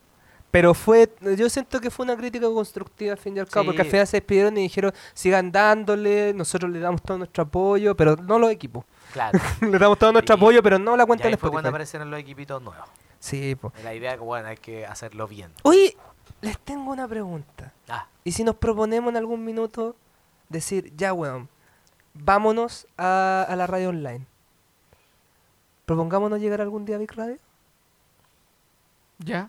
Pero fue, yo siento que fue una crítica constructiva al fin y al cabo, Sí. porque al final se despidieron y dijeron, sigan dándole, nosotros le damos todo nuestro apoyo, pero no los equipos. Claro. le damos todo nuestro Y- apoyo, pero no la Y cuenta en ahí fue cuando Spotify. aparecieron los equipitos nuevos. Sí, po. La idea que, bueno, hay que hacerlo bien. Oye, les tengo una pregunta. Ah, ¿Y si nos proponemos en algún minuto decir, ya, weón, vámonos a, a la radio online? ¿Propongámonos llegar algún día a Big Radio? Ya.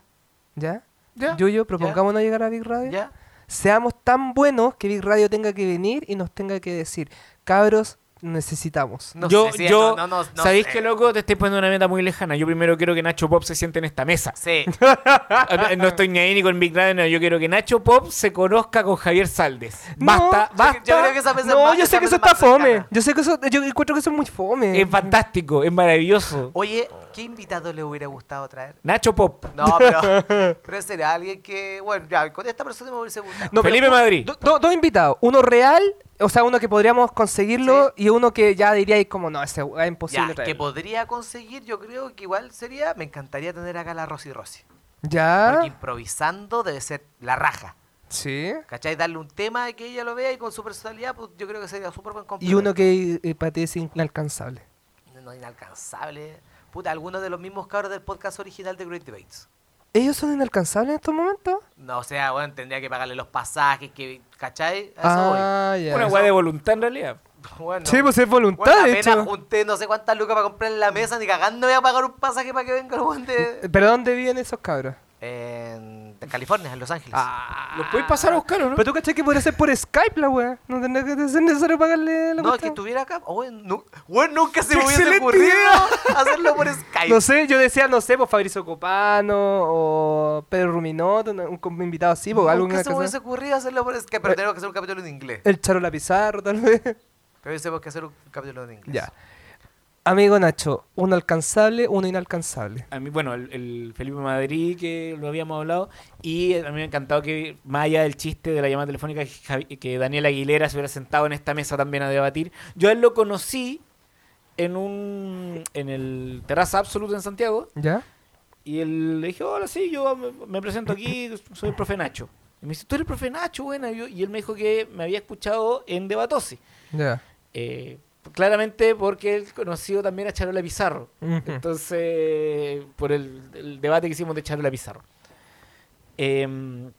¿Ya? Ya. Yuyo, propongámonos llegar a Big Radio. ¿ya? Seamos tan buenos que Big Radio tenga que venir y nos tenga que decir, cabros, necesitamos. No yo, sé, sí, yo, no, no, no, no ¿sabéis sé. qué loco? Te estoy poniendo una meta muy lejana. Yo primero quiero que Nacho Pop se siente en esta mesa. Sí, Ah, no estoy ni ahí ni con Big Radio, no. Yo quiero que Nacho Pop se conozca con Javier Saldes. Basta, No, basta. yo creo que esa mesa es No, más- yo esa sé que mesa eso es más está fome. cercana. Yo sé que eso, yo encuentro que eso es muy fome. Es fantástico, es maravilloso. Oye, ¿qué invitado le hubiera gustado traer? Nacho Pop. No, pero, pero sería alguien que, bueno, ya, con esta persona me hubiese gustado. No, pero Felipe do- Madrid. do- do- dos invitados. Uno real, o sea, uno que podríamos conseguirlo y uno que ya diríais como, no, ese weá es ya, imposible que traerlo. podría conseguir, yo creo que igual sería, me encantaría tener acá a la Rosy Rosy. Porque Ya, improvisando debe ser la raja. sí. ¿Cachai? Darle un tema y que ella lo vea y con su personalidad, pues yo creo que sería súper buen Y complemento. uno que eh, para ti es inalcanzable. No, no, inalcanzable. Puta, algunos de los mismos cabros del podcast original de Great Debates. ¿Ellos son inalcanzables en estos momentos? No, o sea, bueno, tendría que pagarle los pasajes, que, ¿cachai? A eso Ah, ya. Una weá de voluntad en realidad. voy. Bueno, sí, pues es voluntad, bueno, de apenas hecho. junté no sé cuántas lucas para comprar la mesa, ni cagando voy a pagar un pasaje para que venga el buen de... ¿Pero dónde viven esos cabros? En California, en Los Ángeles. Ah, Ah. Los podéis pasar a buscar, ¿o no? Pero tú cachai que podría ser por Skype la weá. No tendría que ser necesario pagarle no, es que la cuestión. estuviera acá. Oh, bueno, nu- bueno, nunca se me hubiese excelente ocurrido hacerlo por Skype. No sé, yo decía, no sé, pues Fabrizio Copano o Pedro Ruminot, un, un invitado así, pues algo nunca se me inalcanzable. hubiese ocurrido hacerlo por Skype, Eh, pero tenemos que hacer un capítulo en inglés. El Charola Pizarro, tal vez. Pero tenemos que hacer un capítulo en inglés. ya. Amigo Nacho, uno alcanzable, uno inalcanzable. A mí, bueno, el, el Felipe Madrid, que lo habíamos hablado, y a mí me ha encantado que, más allá del chiste de la llamada telefónica, que, Javi- que Daniel Aguilera se hubiera sentado en esta mesa también a debatir. Yo a él lo conocí en un en el Terraza Absoluta en Santiago, ¿Ya? y él le dije, hola, sí, yo me, me presento aquí, soy el profe Nacho. Y me dice, tú eres el profe Nacho, bueno, y yo- y él me dijo que me había escuchado en Debatosi. Ya. Eh, claramente porque él conoció también a Charola Pizarro. Ujú. Entonces, por el, el debate que hicimos de Charola Pizarro. Em,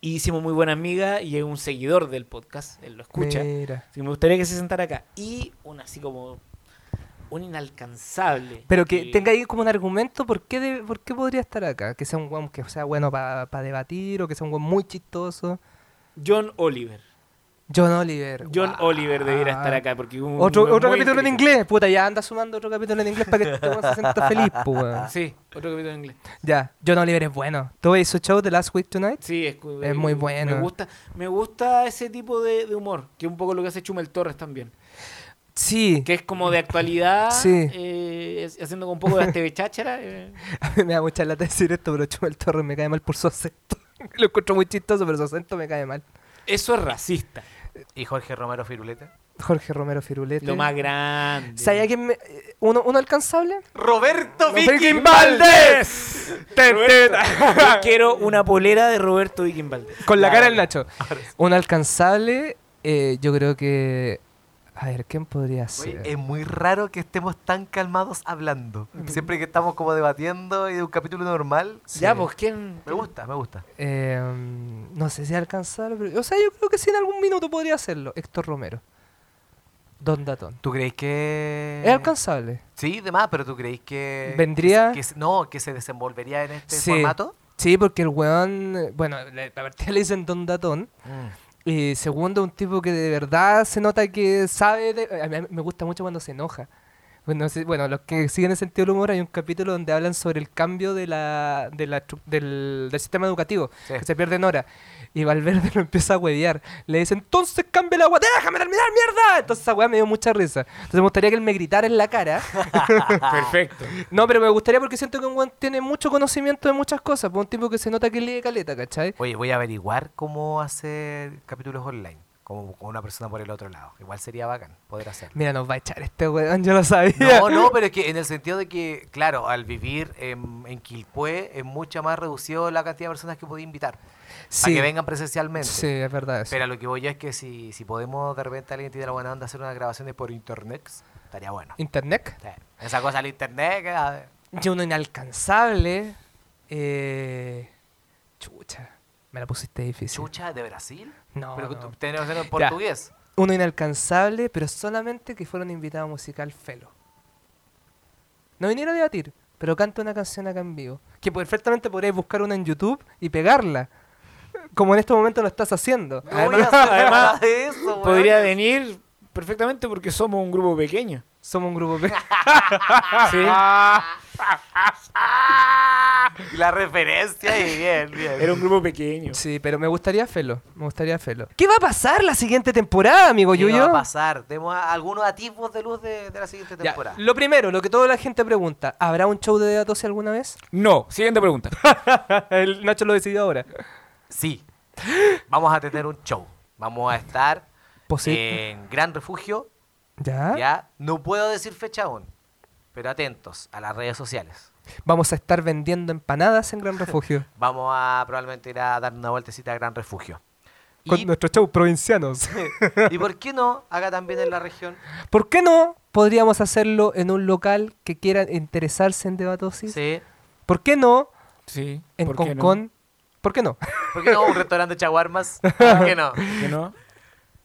y hicimos muy buena amiga y es un seguidor del podcast, él lo escucha. Mira. Así que me gustaría que se sentara acá. Y un así como un inalcanzable. Pero que Y- tenga ahí como un argumento por qué, de- por qué podría estar acá. Que sea un weón que sea bueno para debatir o que sea un weón muy chistoso. John Oliver. John Oliver. John guau. Oliver debiera estar acá porque es un- Otro, es otro muy capítulo en inteligente. inglés. Puta, ya anda sumando otro capítulo en inglés para que este weón se sienta feliz, pues, weón. Sí, otro capítulo en inglés. Ya, John Oliver es bueno. ¿Tú veis su show The Last Week Tonight? Sí, es, Es muy bueno. Me gusta, me gusta ese tipo de, de humor, que es un poco lo que hace Chumel Torres también. Sí. Que es como de actualidad, Sí. eh, es- haciendo con un poco de este cháchara. eh. A mí me da mucha lata decir esto, pero Chumel Torres me cae mal por su acento. Lo encuentro muy chistoso, pero su acento me cae mal. Eso es racista. Y Jorge Romero Firulete. Jorge Romero Firulete. Lo más grande. ¿Sabía que eh, uno, uno alcanzable? Roberto Viking Valdés! Yo quiero una polera de Roberto Viking Valdés. Con la Ya, cara del dale. Nacho. Un alcanzable eh, yo creo que. A ver, ¿quién podría Oye, eh, ser? es muy raro que estemos tan calmados hablando. Siempre que estamos como debatiendo y de un capítulo normal. Ya, Sí. pues, ¿quién? Me gusta, me gusta. Eh, mm, no sé si alcanzar. pero- o sea, yo creo que sí en algún minuto podría hacerlo. Héctor Romero. Don Datón. ¿Tú crees que.? Es alcanzable. Sí, demás, pero ¿tú creéis que. ¿Vendría? Que, se- no, que se desenvolvería en este Sí. formato. Sí, porque el weón. eh, Bueno, le- la partida le dicen Don Datón. Y Eh, segundo, un tipo que de verdad se nota que sabe. de- a mí me gusta mucho cuando se enoja. Bueno, sí, bueno, los que siguen el sentido del humor, hay un capítulo donde hablan sobre el cambio de la, de la estru- del, del sistema educativo, Sí. que se pierden horas. Y Valverde lo empieza a huevear. Le dice, entonces cambia la agua, déjame terminar, mierda. Entonces esa weá me dio mucha risa. Entonces me gustaría que él me gritara en la cara. Ah. Perfecto. No, pero me gustaría porque siento que un weón tiene mucho conocimiento de muchas cosas. Pues un tipo que se nota que lee caleta, ¿cachai? Oye, voy a averiguar cómo hacer capítulos online. Como con una persona por el otro lado. Igual sería bacán poder hacerlo. Mira, nos va a echar este weón, yo lo sabía. No, no, pero es que en el sentido de que, claro, al vivir en, en Quilpué es mucha más reducido la cantidad de personas que podía invitar. Sí. Para que vengan presencialmente. Sí, es verdad eso. Pero a lo que voy yo es que si, si podemos de repente alguien tiene la buena onda hacer unas grabaciones por internet, estaría bueno. ¿Internet? Sí. Esa cosa del internet, que, a ver, Yo uno inalcanzable. Eh... Chucha. Me la pusiste difícil. chucha de Brasil. No, pero no. tú- tenemos que hacerlo en portugués. Uno inalcanzable, pero solamente que fueron invitados a musical Felo. No vinieron a debatir, pero canta una canción acá en vivo. Que perfectamente podrías buscar una en YouTube y pegarla. Como en este momento lo estás haciendo. No Además- voy a hacer además, nada de eso, weón. Podría venir perfectamente porque somos un grupo pequeño. Somos un grupo... pe- Sí. Ah. La referencia y bien, bien. Era un grupo pequeño. sí, pero me gustaría Felo. Me gustaría Felo. ¿Qué va a pasar la siguiente temporada, amigo ¿Qué nos Yuyo? va a pasar? Demos a- algunos atisbos de luz de, de la siguiente Ya, temporada. lo primero, lo que toda la gente pregunta, ¿habrá un show de Dedatose alguna vez? No, siguiente pregunta. El Nacho lo decidió ahora. Sí. Vamos a tener un show. Vamos a estar Posi- en Gran Refugio. ¿Ya? Ya. No puedo decir fecha aún. Pero atentos a las redes sociales. Vamos a estar vendiendo empanadas en Gran Refugio. Vamos a probablemente ir a dar una vueltecita a Gran Refugio. Con Y, nuestros shows provincianos. y por qué no acá también en la región? ¿Por qué no podríamos hacerlo en un local que quiera interesarse en Sí. debatosis? ¿Por qué no Sí. en ¿por qué no? Concon? ¿Por qué no? ¿Por qué no un restaurante de chaguarmas? ¿Por qué no? ¿Que no?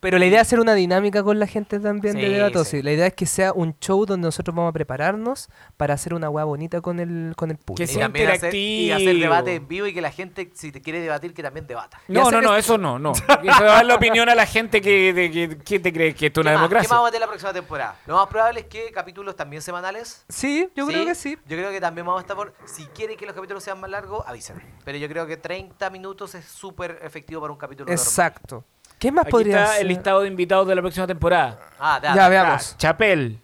Pero la idea es hacer una dinámica con la gente también de Sí, debatosis. sí. La idea es que sea un show donde nosotros vamos a prepararnos para hacer una hueá bonita con el, con el público. Que Y sea también hacer, y hacer interactivo. debate en vivo y que la gente, si te quiere debatir, que también debata. No, no, no, eso no, no. Eso da la opinión a la gente que, de- que, que te cree que esto es ¿Qué una más? ¿Qué más democracia. vamos a tener la próxima temporada? Lo más probable es que capítulos también semanales. Sí, yo creo que sí. Yo creo que también vamos a estar por. Si quieren que los capítulos sean más largos, avisen. Pero yo creo que 30 minutos es súper efectivo para un capítulo. Exacto. ¿Qué más Aquí podría está ser? el listado de invitados de la próxima temporada. normal. Ah, da, Ya, da. veamos. Está Chapel,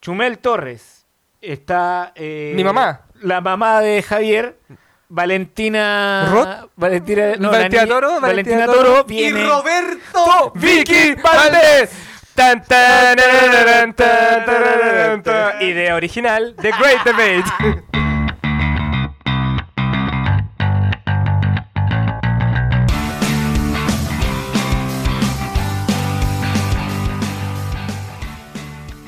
Chumel Torres, está... eh, Mi mamá. La mamá de Javier, Valentina... Roth. Valentina, no, la Valentina niña- Toro, Valentina Valentina, Toro, Toro. Y viene... Roberto. ¡Oh, Vicky Valdés. Tan, tan, tararán, tan, tararán, tan. Idea original The Great Debate.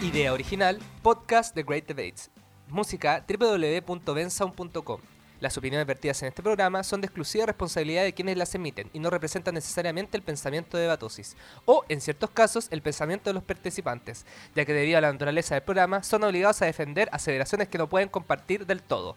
Idea original, podcast The Great Debates. Música www.bensound.com. Las opiniones vertidas en este programa son de exclusiva responsabilidad de quienes las emiten y no representan necesariamente el pensamiento de Batosis o, en ciertos casos, el pensamiento de los participantes, ya que debido a la naturaleza del programa son obligados a defender aseveraciones que no pueden compartir del todo.